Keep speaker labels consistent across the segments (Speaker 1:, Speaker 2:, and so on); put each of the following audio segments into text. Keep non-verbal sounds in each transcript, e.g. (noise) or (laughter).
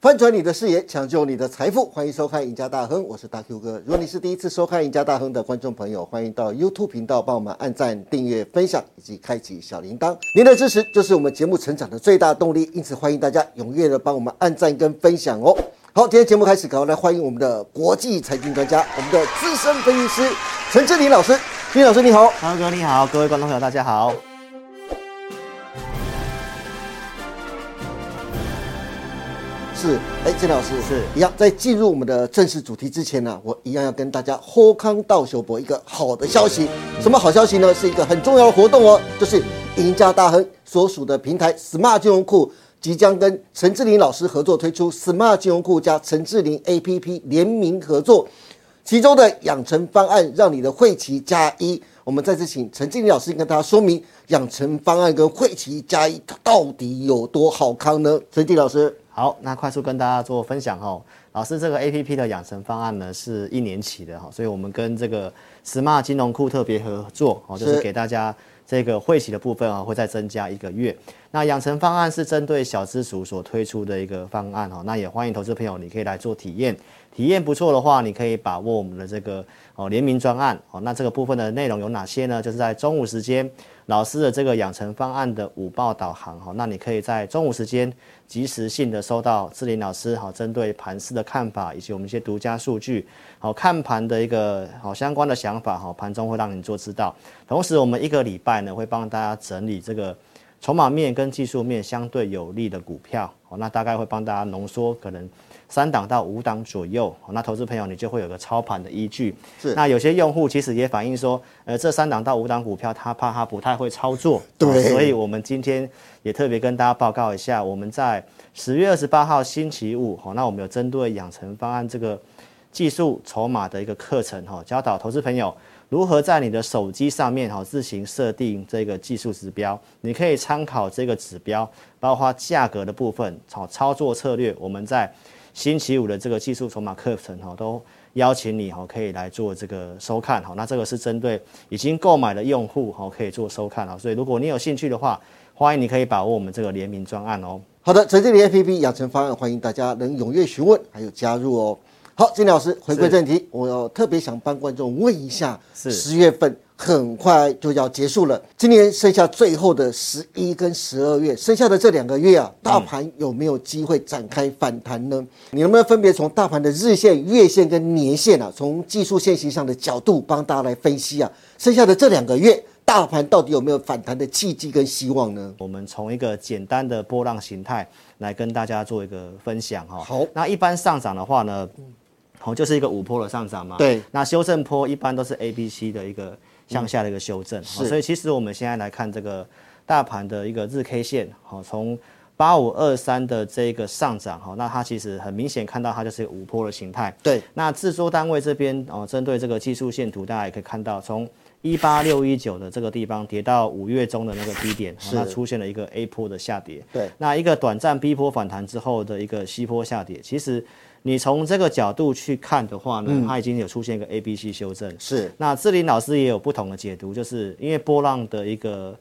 Speaker 1: 翻转你的视野，抢救你的财富，欢迎收看《赢家大亨》，我是大 Q 哥。如果你是第一次收看《赢家大亨》的观众朋友，欢迎到 YouTube 频道帮我们按赞、订阅、分享以及开启小铃铛。您的支持就是我们节目成长的最大动力，因此欢迎大家踊跃的帮我们按赞跟分享哦。好，今天节目开始，赶快来欢迎我们的国际财经专家，我们的资深分析师陈志林老师。林老师你好，
Speaker 2: 哈喽，哥你好，各位观众朋友大家好。
Speaker 1: 是，哎，郑老师
Speaker 2: 是
Speaker 1: 一样。在进入我们的正式主题之前呢、我一样要跟大家豁康道修博一个好的消息。什么好消息呢？是一个很重要的活动哦，就是赢家大亨所属的平台 Smart 金融库即将跟陈志林老师合作推出 Smart 金融库加陈志林 APP 联名合作。其中的养成方案让你的会期加一。我们再次请陈经理老师跟大家说明养成方案跟会期加一到底有多好康呢？陈经理老师，
Speaker 2: 好，那快速跟大家做分享哦。老师，这个 A P P 的养成方案呢是一年期的哈、所以我们跟这个 Smart 金融库特别合作哦，就是
Speaker 1: 是
Speaker 2: 给大家这个会期的部分啊、会再增加一个月。那养成方案是针对小资族所推出的一个方案哦，那也欢迎投资朋友你可以来做体验。体验不错的话，你可以把握我们的这个哦联名专案哦。那这个部分的内容有哪些呢？就是在中午时间，老师的这个养成方案的午报导航哈、哦，那你可以在中午时间及时性的收到志玲老师好、哦、针对盘势的看法，以及我们一些独家数据，好、看盘的一个好、相关的想法哈、哦，盘中会让你做知道。同时，我们一个礼拜呢会帮大家整理这个。筹码面跟技术面相对有利的股票，哦，那大概会帮大家浓缩可能三档到五档左右，哦那投资朋友你就会有个操盘的依据。
Speaker 1: 是
Speaker 2: 那有些用户其实也反映说，呃，这三档到五档股票他怕他不太会操作，
Speaker 1: 对
Speaker 2: 哦所以我们今天也特别跟大家报告一下，我们在十月二十八号星期五，哦，那我们有针对养成方案这个技术筹码的一个课程哈、哦，教导投资朋友如何在你的手机上面哈、哦、自行设定这个技术指标，你可以参考这个指标，包括价格的部分，操、操作策略，我们在星期五的这个技术筹码课程哈、哦、都。邀请你哈、哦，可以来做这个收看哈、哦。那这个是针对已经购买的用户哈、哦，可以做收看啊、哦。所以如果你有兴趣的话，欢迎你可以把握我们这个联名专案哦。
Speaker 1: 好的，陈经理 APP 养成方案，欢迎大家能踊跃询问还有加入哦。好，金老师，回归
Speaker 2: 是
Speaker 1: 正题，我要特别想帮观众问一下，
Speaker 2: 是
Speaker 1: 十月份很快就要结束了，今年剩下最后的十一跟十二月，剩下的这两个月啊，大盘有没有机会展开反弹呢？你能不能分别从大盘的日线、月线跟年线啊，从技术线型上的角度帮大家来分析啊，剩下的这两个月，大盘到底有没有反弹的契机跟希望呢？
Speaker 2: 我们从一个简单的波浪形态来跟大家做一个分享哈。
Speaker 1: 好
Speaker 2: 那一般上涨的话呢，好、就是一个五波的上涨嘛。
Speaker 1: 对
Speaker 2: 那修正坡一般都是 A、B、C 的一个向下的一个修正，
Speaker 1: 嗯
Speaker 2: 好
Speaker 1: 是
Speaker 2: 所以其实我们现在来看这个大盘的一个日 K 线，好、从八五二三的这个上涨，哦好、那它其实很明显看到它就是一个五波的形态。
Speaker 1: 对，
Speaker 2: 那制作单位这边哦，针对这个技术线图，大家也可以看到，从一八六一九的这个地方跌到五月中的那个低点，哦
Speaker 1: 是
Speaker 2: 那出现了一个 A 波的下跌。
Speaker 1: 对
Speaker 2: 那一个短暂 B 波反弹之后的一个 C 波下跌，其实你从这个角度去看的话呢，它已经有出现一个 A、B、C 修正。
Speaker 1: 是
Speaker 2: 那志林老师也有不同的解读，就是因为波浪的一个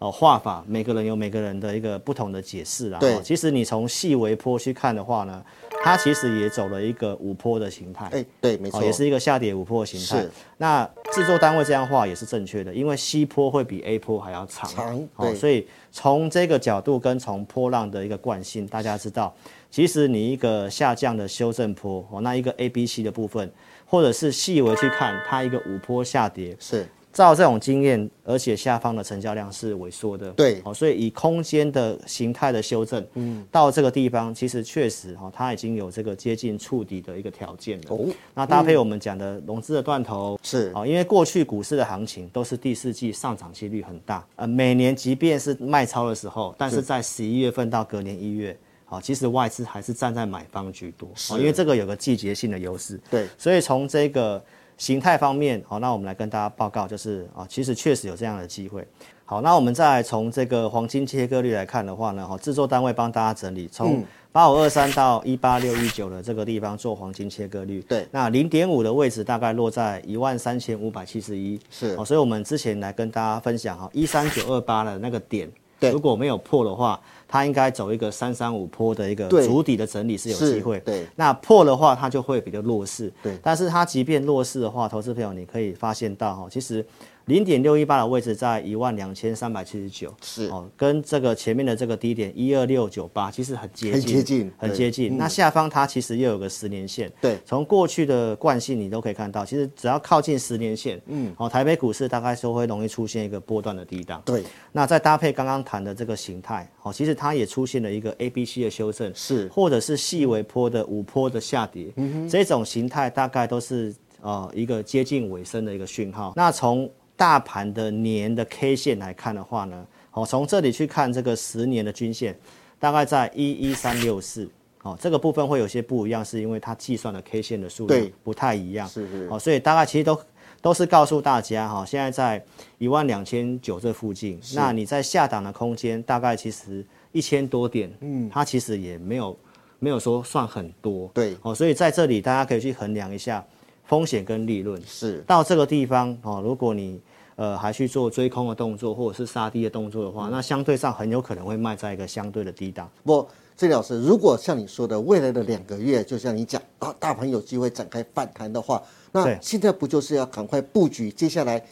Speaker 2: 呃画法，每个人有每个人的一个不同的解释啦。
Speaker 1: 对
Speaker 2: 哦其实你从细微坡去看的话呢，它其实也走了一个五坡的形态。
Speaker 1: 哎、对，没错、
Speaker 2: 哦，也是一个下跌五坡的形态
Speaker 1: 是。
Speaker 2: 那制作单位这样画也是正确的，因为 C 坡会比 A 坡还要长，
Speaker 1: 长对
Speaker 2: 哦，所以从这个角度跟从波浪的一个惯性，大家知道，其实你一个下降的修正坡，哦，那一个 A、B、C 的部分，或者是细微去看它一个五坡下跌，
Speaker 1: 是
Speaker 2: 照这种经验，而且下方的成交量是萎缩的，
Speaker 1: 对
Speaker 2: 哦，所以以空间的形态的修正，嗯，到这个地方其实确实哈、哦，它已经有这个接近触底的一个条件了。
Speaker 1: 哦，嗯
Speaker 2: 那搭配我们讲的融资的断头，
Speaker 1: 是
Speaker 2: 哦，因为过去股市的行情都是第四季上涨几率很大，呃，每年即便是卖超的时候，但是在十一月份到隔年一月，哦，其实外资还是站在买方居多，哦，因为这个有个季节性的优势，
Speaker 1: 对，
Speaker 2: 所以从这个形态方面，好，那我们来跟大家报告，就是啊，其实确实有这样的机会。好，那我们再从这个黄金切割率来看的话呢，哈，制作单位帮大家整理，从
Speaker 1: 嗯
Speaker 2: 八五二三到一八六一九的这个地方做黄金切割率，
Speaker 1: 对
Speaker 2: 那零点五的位置大概落在一万三千五百七十一，
Speaker 1: 是
Speaker 2: 哦，所以我们之前来跟大家分享哈，一三九二八的那个点，
Speaker 1: 对
Speaker 2: 如果没有破的话，它应该走一个三三五坡的一个
Speaker 1: 对
Speaker 2: 主底的整理是有
Speaker 1: 是
Speaker 2: 机会。
Speaker 1: 对
Speaker 2: 那破的话，它就会比较弱势。
Speaker 1: 对
Speaker 2: 但是它即便弱势的话，投资朋友你可以发现到哈，其实零点六一八的位置在一万两千三百七十九，
Speaker 1: 是
Speaker 2: 哦，跟这个前面的这个低点一二六九八其实很接
Speaker 1: 很
Speaker 2: 近，
Speaker 1: 接近
Speaker 2: 很
Speaker 1: 对嗯
Speaker 2: 接近。那下方它其实又有个十年线，
Speaker 1: 对
Speaker 2: 从过去的惯性你都可以看到，其实只要靠近十年线，嗯，哦，台北股市大概就会容易出现一个波段的低档。
Speaker 1: 对，
Speaker 2: 那再搭配刚刚谈的这个形态，哦，其实它也出现了一个 A、B、C 的修正，
Speaker 1: 是嗯
Speaker 2: 或者是细微坡的五坡的下跌，这种形态大概都是呃一个接近尾声的一个讯号。那从大盘的年的 K 线来看的话呢，哦，从这里去看这个十年的均线，大概在一一三六四。哦，这个部分会有些不一样，是因为它计算的 K 线的数量
Speaker 1: 对
Speaker 2: 不太一样，
Speaker 1: 是是
Speaker 2: 哦，所以大概其实都都是告诉大家哈、现在在一万两千九这附近，那你在下档的空间大概其实一千多点，嗯，它其实也没有没有说算很多，
Speaker 1: 对
Speaker 2: 哦，所以在这里大家可以去衡量一下风险跟利润，
Speaker 1: 是
Speaker 2: 到这个地方哦，如果你呃还去做追空的动作或者是杀低的动作的话，那相对上很有可能会卖在一个相对的低档，
Speaker 1: 不，郑老师，如果像你说的，未来的两个月，就像你讲啊，大盘有机会展开反弹的话，那
Speaker 2: 对
Speaker 1: 现在不就是要赶快布局接下来，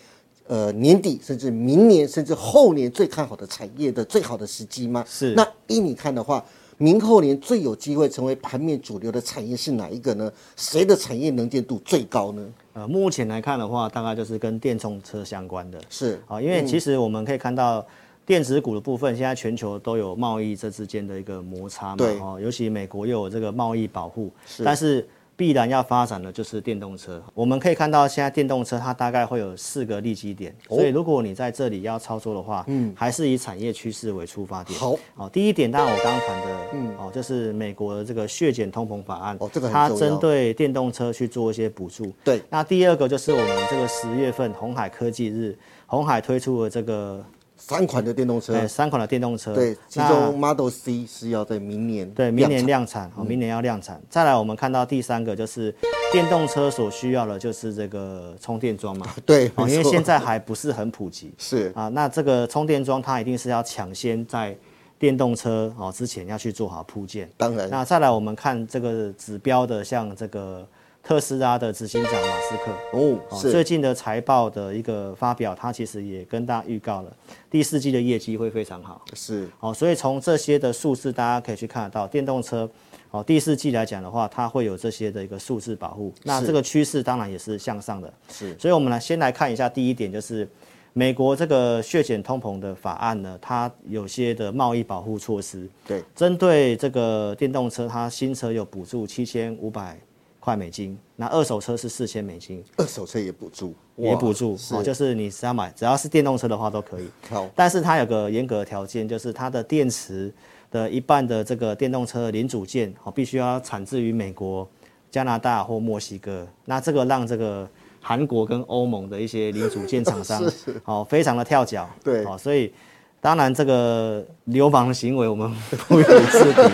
Speaker 1: 呃，年底甚至明年甚至后年最看好的产业的最好的时机吗？
Speaker 2: 是
Speaker 1: 那依你看的话，明后年最有机会成为盘面主流的产业是哪一个呢？谁的产业能见度最高呢？
Speaker 2: 呃，目前来看的话，大概就是跟电动车相关的，
Speaker 1: 是嗯
Speaker 2: 啊，因为其实我们可以看到电子股的部分，现在全球都有贸易这之间的一个摩擦嘛，
Speaker 1: 对
Speaker 2: 哦，尤其美国又有这个贸易保护，
Speaker 1: 是
Speaker 2: 但是必然要发展的就是电动车。我们可以看到，现在电动车它大概会有四个利基点，
Speaker 1: 哦
Speaker 2: 所以如果你在这里要操作的话，嗯，还是以产业趋势为出发点。
Speaker 1: 好，
Speaker 2: 哦，第一点当然我刚刚谈的，嗯，哦，就是美国的这个削减通膨法案，
Speaker 1: 哦这个很
Speaker 2: 它
Speaker 1: 重要
Speaker 2: 针对电动车去做一些补助，
Speaker 1: 对
Speaker 2: 那第二个就是我们这个十月份红海科技日，红海推出了这个
Speaker 1: 三款的电动车，
Speaker 2: 呃三款的电动车，
Speaker 1: 对，其
Speaker 2: 那
Speaker 1: 中嗯 Model C 是要在明年
Speaker 2: 对明年
Speaker 1: 量
Speaker 2: 量产，好，明年要量产。再来，我们看到第三个就是电动车所需要的就是这个充电桩嘛，
Speaker 1: 产对，
Speaker 2: 好，
Speaker 1: 没
Speaker 2: 哦因为
Speaker 1: 错
Speaker 2: 现在还不是很普及
Speaker 1: 是
Speaker 2: 啊。那这个充电桩它一定是要抢先在电动车哦之前要去做好铺建。
Speaker 1: 当然
Speaker 2: 那再来，我们看这个指标的，像这个特斯拉的执行长马斯克，
Speaker 1: 哦
Speaker 2: 哦，最
Speaker 1: 是
Speaker 2: 近的财报的一个发表，它其实也跟大家预告了第四季的业绩会非常好。
Speaker 1: 是
Speaker 2: 哦，所以从这些的数字，大家可以去看得到，电动车哦，第四季来讲的话，它会有这些的一个数字保护。那这个趋势当然也是向上的。
Speaker 1: 是
Speaker 2: 所以我们来先来看一下第一点，就是美国这个削减通膨的法案呢，它有些的贸易保护措施，
Speaker 1: 对，
Speaker 2: 针对这个电动车，它新车有补助七千五百块美金，那二手车是四千美金。
Speaker 1: 二手车也补助，
Speaker 2: 也
Speaker 1: 哇
Speaker 2: 补助，
Speaker 1: 是、
Speaker 2: 哦，就是你只要买，只要是电动车的话都可以。
Speaker 1: 好
Speaker 2: 但是它有个严格的条件，就是它的电池的一半的这个电动车零组件，哦，必须要产自于美国、加拿大或墨西哥。那这个让这个韩国跟欧盟的一些零组件
Speaker 1: (laughs)
Speaker 2: 厂商，哦，非常的跳脚。
Speaker 1: 对
Speaker 2: 哦，所以。当然，这个流氓的行为我们不予置评，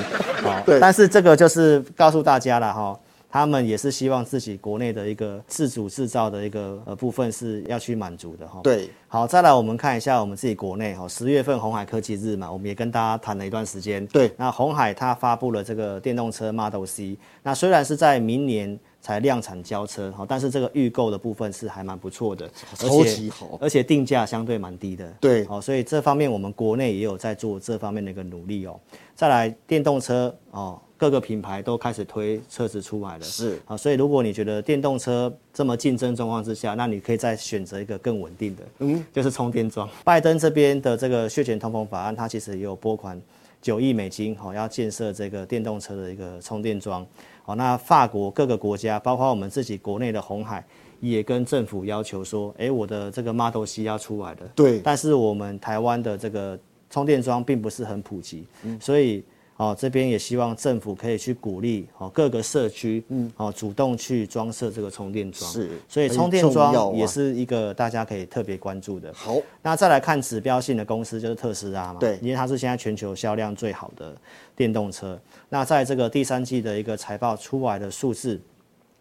Speaker 2: 好，但是这个就是告诉大家了哈，他们也是希望自己国内的一个自主制造的一个呃部分是要去满足的哈。
Speaker 1: 对，
Speaker 2: 好，再来我们看一下我们自己国内哈，十月份红海科技日嘛，我们也跟大家谈了一段时间。
Speaker 1: 对
Speaker 2: 那红海它发布了这个电动车 Model C，那虽然是在明年才量产交车哈，但是这个预购的部分是还蛮不错的，而
Speaker 1: 超
Speaker 2: 且
Speaker 1: 级好
Speaker 2: 而且定价相对蛮低的。
Speaker 1: 对
Speaker 2: 好，所以这方面我们国内也有在做这方面的一个努力哦。再来，电动车哦，各个品牌都开始推车子出来了。
Speaker 1: 是
Speaker 2: 啊，所以如果你觉得电动车这么竞争状况之下，那你可以再选择一个更稳定的，嗯，就是充电桩。拜登这边的这个削减通膨法案，它其实也有拨款九亿美金，好、要建设这个电动车的一个充电桩。好、哦那法国各个国家，包括我们自己国内的红海。也跟政府要求说，哎、我的这个 Model C 要出来了，
Speaker 1: 对
Speaker 2: 但是我们台湾的这个充电桩并不是很普及，
Speaker 1: 嗯
Speaker 2: 所以哦这边也希望政府可以去鼓励哦各个社区，嗯，哦主动去装设这个充电桩，
Speaker 1: 是
Speaker 2: 所以
Speaker 1: 很
Speaker 2: 充电
Speaker 1: 重要
Speaker 2: 桩
Speaker 1: 啊
Speaker 2: 也是一个大家可以特别关注的。
Speaker 1: 好
Speaker 2: 那再来看指标性的公司，就是特斯拉嘛，
Speaker 1: 对
Speaker 2: 因为它是现在全球销量最好的电动车。那在这个第三季的一个财报出来的数字，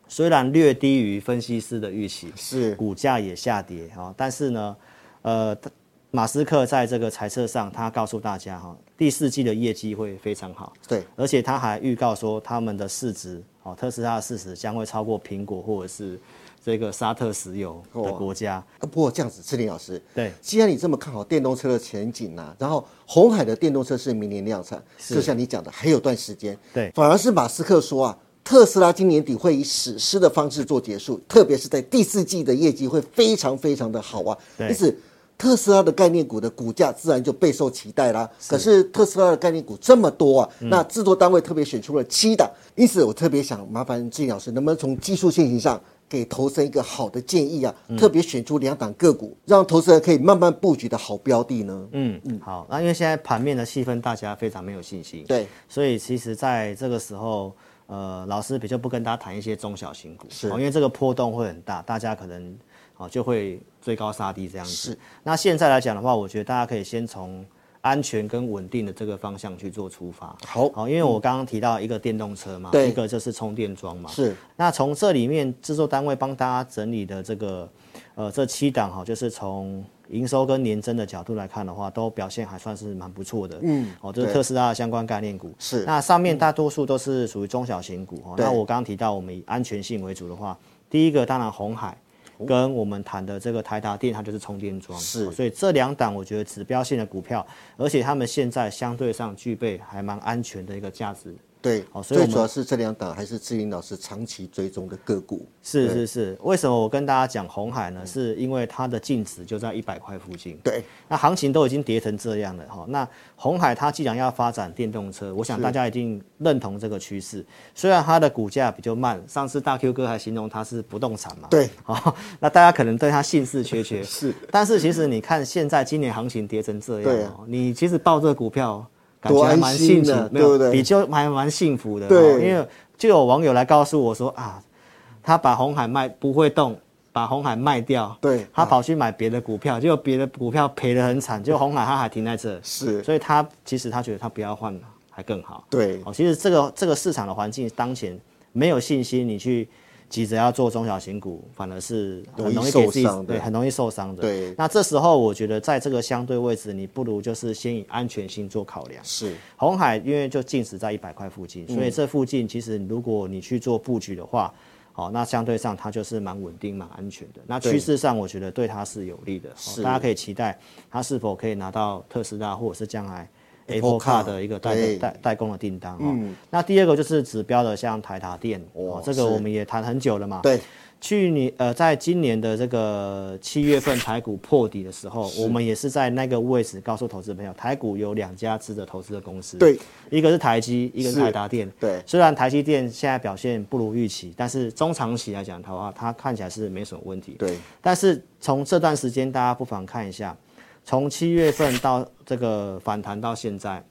Speaker 2: 虽然略低于分析师的预期，
Speaker 1: 是
Speaker 2: 股价也下跌啊、哦但是呢，呃，它马斯克在这个财测上，他告诉大家哈，哦第四季的业绩会非常好，
Speaker 1: 对，
Speaker 2: 而且他还预告说他们的市值，哦，特斯拉的市值将会超过苹果或者是这个沙特石油的国家，
Speaker 1: 啊不过这样子，志玲老师，
Speaker 2: 对，
Speaker 1: 既然你这么看好电动车的前景呐、然后红海的电动车是明年量产，就像你讲的，还有段时间。
Speaker 2: 对
Speaker 1: 反而是马斯克说啊，特斯拉今年底会以史诗的方式做结束，特别是在第四季的业绩会非常非常的好啊，
Speaker 2: 对
Speaker 1: 因此。特斯拉的概念股的股价自然就备受期待啦。可是特斯拉的概念股这么多啊，
Speaker 2: 嗯
Speaker 1: 那制作单位特别选出了七档，因此我特别想麻烦志颖老师，能不能从技术现行上给投资人一个好的建议啊？
Speaker 2: 嗯
Speaker 1: 特别选出两档个股，让投资人可以慢慢布局的好标的呢？
Speaker 2: 嗯嗯，好，那因为现在盘面的气氛大家非常没有信心，
Speaker 1: 对，
Speaker 2: 所以其实在这个时候，呃，老师比较不跟大家谈一些中小型股，
Speaker 1: 是
Speaker 2: 哦因为这个波动会很大，大家可能哦就会追高杀低这样子。那现在来讲的话，我觉得大家可以先从安全跟稳定的这个方向去做出发。
Speaker 1: 好
Speaker 2: 好，因为我刚刚提到一个电动车嘛，
Speaker 1: 对
Speaker 2: 一个就是充电桩嘛，
Speaker 1: 是
Speaker 2: 那从这里面制作单位帮大家整理的这个，呃，这七档哈，就是从营收跟年增的角度来看的话，都表现还算是蛮不错的。嗯，哦，这是
Speaker 1: 对
Speaker 2: 特斯拉的相关概念股。
Speaker 1: 是
Speaker 2: 那上面大多数都是属于中小型股哦。
Speaker 1: 对
Speaker 2: 那我刚刚提到，我们以安全性为主的话，第一个当然红海。跟我们谈的这个台达电，它就是充电桩，
Speaker 1: 哦是
Speaker 2: 哦所以这两档我觉得指标性的股票，而且它们现在相对上具备还蛮安全的一个价值
Speaker 1: 对
Speaker 2: 好，哦所以
Speaker 1: 最
Speaker 2: 我们
Speaker 1: 主要是这两档还是志颖老师长期追踪的个股。
Speaker 2: 是是是，为什么我跟大家讲红海呢？是因为它的净值就在一百块附近，
Speaker 1: 对，
Speaker 2: 那行情都已经跌成这样了哈。那红海它既然要发展电动车，我想大家一定认同这个趋势。虽然它的股价比较慢，上次大 Q 哥还形容它是不动产嘛，
Speaker 1: 对，
Speaker 2: 好，那大家可能对它兴致缺缺。
Speaker 1: 是，
Speaker 2: 但是其实你看现在今年行情跌成这样
Speaker 1: 对啊
Speaker 2: 哦，你其实抱这个股票。感
Speaker 1: 多
Speaker 2: 觉还
Speaker 1: 安
Speaker 2: 蛮
Speaker 1: 心
Speaker 2: 幸福
Speaker 1: 啊，
Speaker 2: 没有
Speaker 1: 对不对
Speaker 2: 比就还蛮幸福的哦。
Speaker 1: 对
Speaker 2: 因为就有网友来告诉我说啊，他把红海卖不会动，把红海卖掉，
Speaker 1: 对
Speaker 2: 他跑去买别的股票，结果别的股票赔得很惨，结果红海他还停在这，
Speaker 1: 是，
Speaker 2: 所以他其实他觉得他不要换了，还更好。
Speaker 1: 对，
Speaker 2: 哦，其实这个这个市场的环境当前没有信心，你去急着要做中小型股，反而是很容
Speaker 1: 容
Speaker 2: 易
Speaker 1: 易
Speaker 2: 给自己
Speaker 1: 受伤的
Speaker 2: 对很容易受伤的。
Speaker 1: 对
Speaker 2: 那这时候我觉得在这个相对位置，你不如就是先以安全性做考量。
Speaker 1: 是，
Speaker 2: 红海因为就净值在一百块附近，
Speaker 1: 嗯
Speaker 2: 所以这附近其实如果你去做布局的话，好、那相对上它就是蛮稳定、蛮安全的。那趋势上，我觉得对它是有利的、哦
Speaker 1: 是
Speaker 2: 大家可以期待它是否可以拿到特斯拉或者是将来
Speaker 1: Apple
Speaker 2: Apple Car
Speaker 1: Car，
Speaker 2: 的一个代
Speaker 1: 对
Speaker 2: 代代工的订单哦。那第二个就是指标的，像台达电哦
Speaker 1: 哦，
Speaker 2: 这个
Speaker 1: 是
Speaker 2: 我们也谈很久了嘛。
Speaker 1: 对，
Speaker 2: 去年呃，在今年的这个七月份台股破底的时候，我们也是在那个位置告诉投资朋友，台股有两家值得投资的公司，
Speaker 1: 对，
Speaker 2: 一个是台积，一个是台达电。
Speaker 1: 对
Speaker 2: 虽然台积电现在表现不如预期，但是中长期来讲的话，它看起来是没什么问题。
Speaker 1: 对，
Speaker 2: 但是从这段时间，大家不妨看一下，从七月份到这个反弹到现在，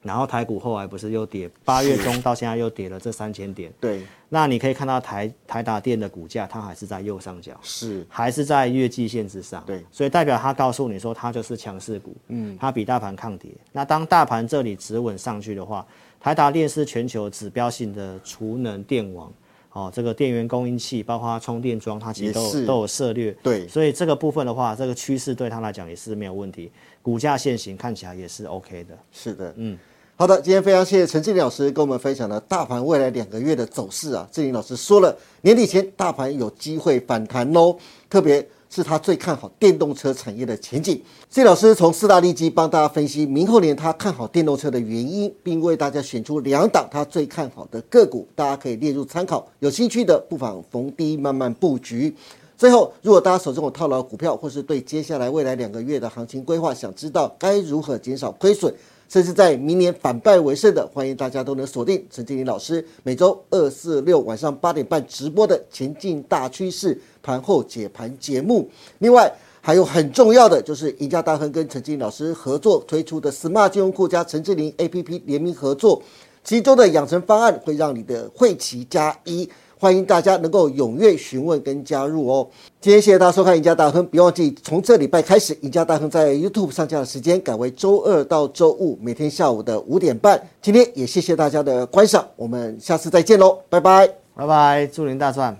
Speaker 2: 然后台股后来不是又跌，八月中到现在又跌了这三千点。
Speaker 1: 对，
Speaker 2: 那你可以看到台台达电的股价，它还是在右上角，
Speaker 1: 是，
Speaker 2: 还是在月季线之上。
Speaker 1: 对
Speaker 2: 所以代表它告诉你说，它就是强势股，嗯，它比大盘抗跌。那当大盘这里止稳上去的话，台达电是全球指标性的储能电网。哦，这个电源供应器，包括充电桩，它其实都
Speaker 1: 也是
Speaker 2: 有都有涉略。
Speaker 1: 对
Speaker 2: 所以这个部分的话，这个趋势对它来讲也是没有问题，股价现行看起来也是 OK 的。
Speaker 1: 是的，嗯。好的，今天非常谢谢陈志林老师跟我们分享了大盘未来两个月的走势啊。志林老师说了，年底前大盘有机会反弹哦，特别是他最看好电动车产业的前景。志林老师从四大利基帮大家分析明后年他看好电动车的原因，并为大家选出两档他最看好的个股，大家可以列入参考。有兴趣的不妨逢低慢慢布局。最后，如果大家手中有套牢股票，或是对接下来未来两个月的行情规划想知道该如何减少亏损，甚至在明年反败为胜的，欢迎大家都能锁定陈经理老师每周二、四、六晚上八点半直播的《前进大趋势盘后解盘》节目。另外，还有很重要的就是赢家大亨跟陈志林老师合作推出的 Smart 金融库加陈志林 APP 联名合作，其中的养成方案会让你的会期加一。欢迎大家能够踊跃询问跟加入哦。今天谢谢大家收看《赢家大亨》，别忘记从这礼拜开始，《赢家大亨》在 YouTube 上架的时间改为周二到周五，每天下午的五点半。今天也谢谢大家的观赏，我们下次再见喽，拜拜。
Speaker 2: 拜拜，祝您大赚！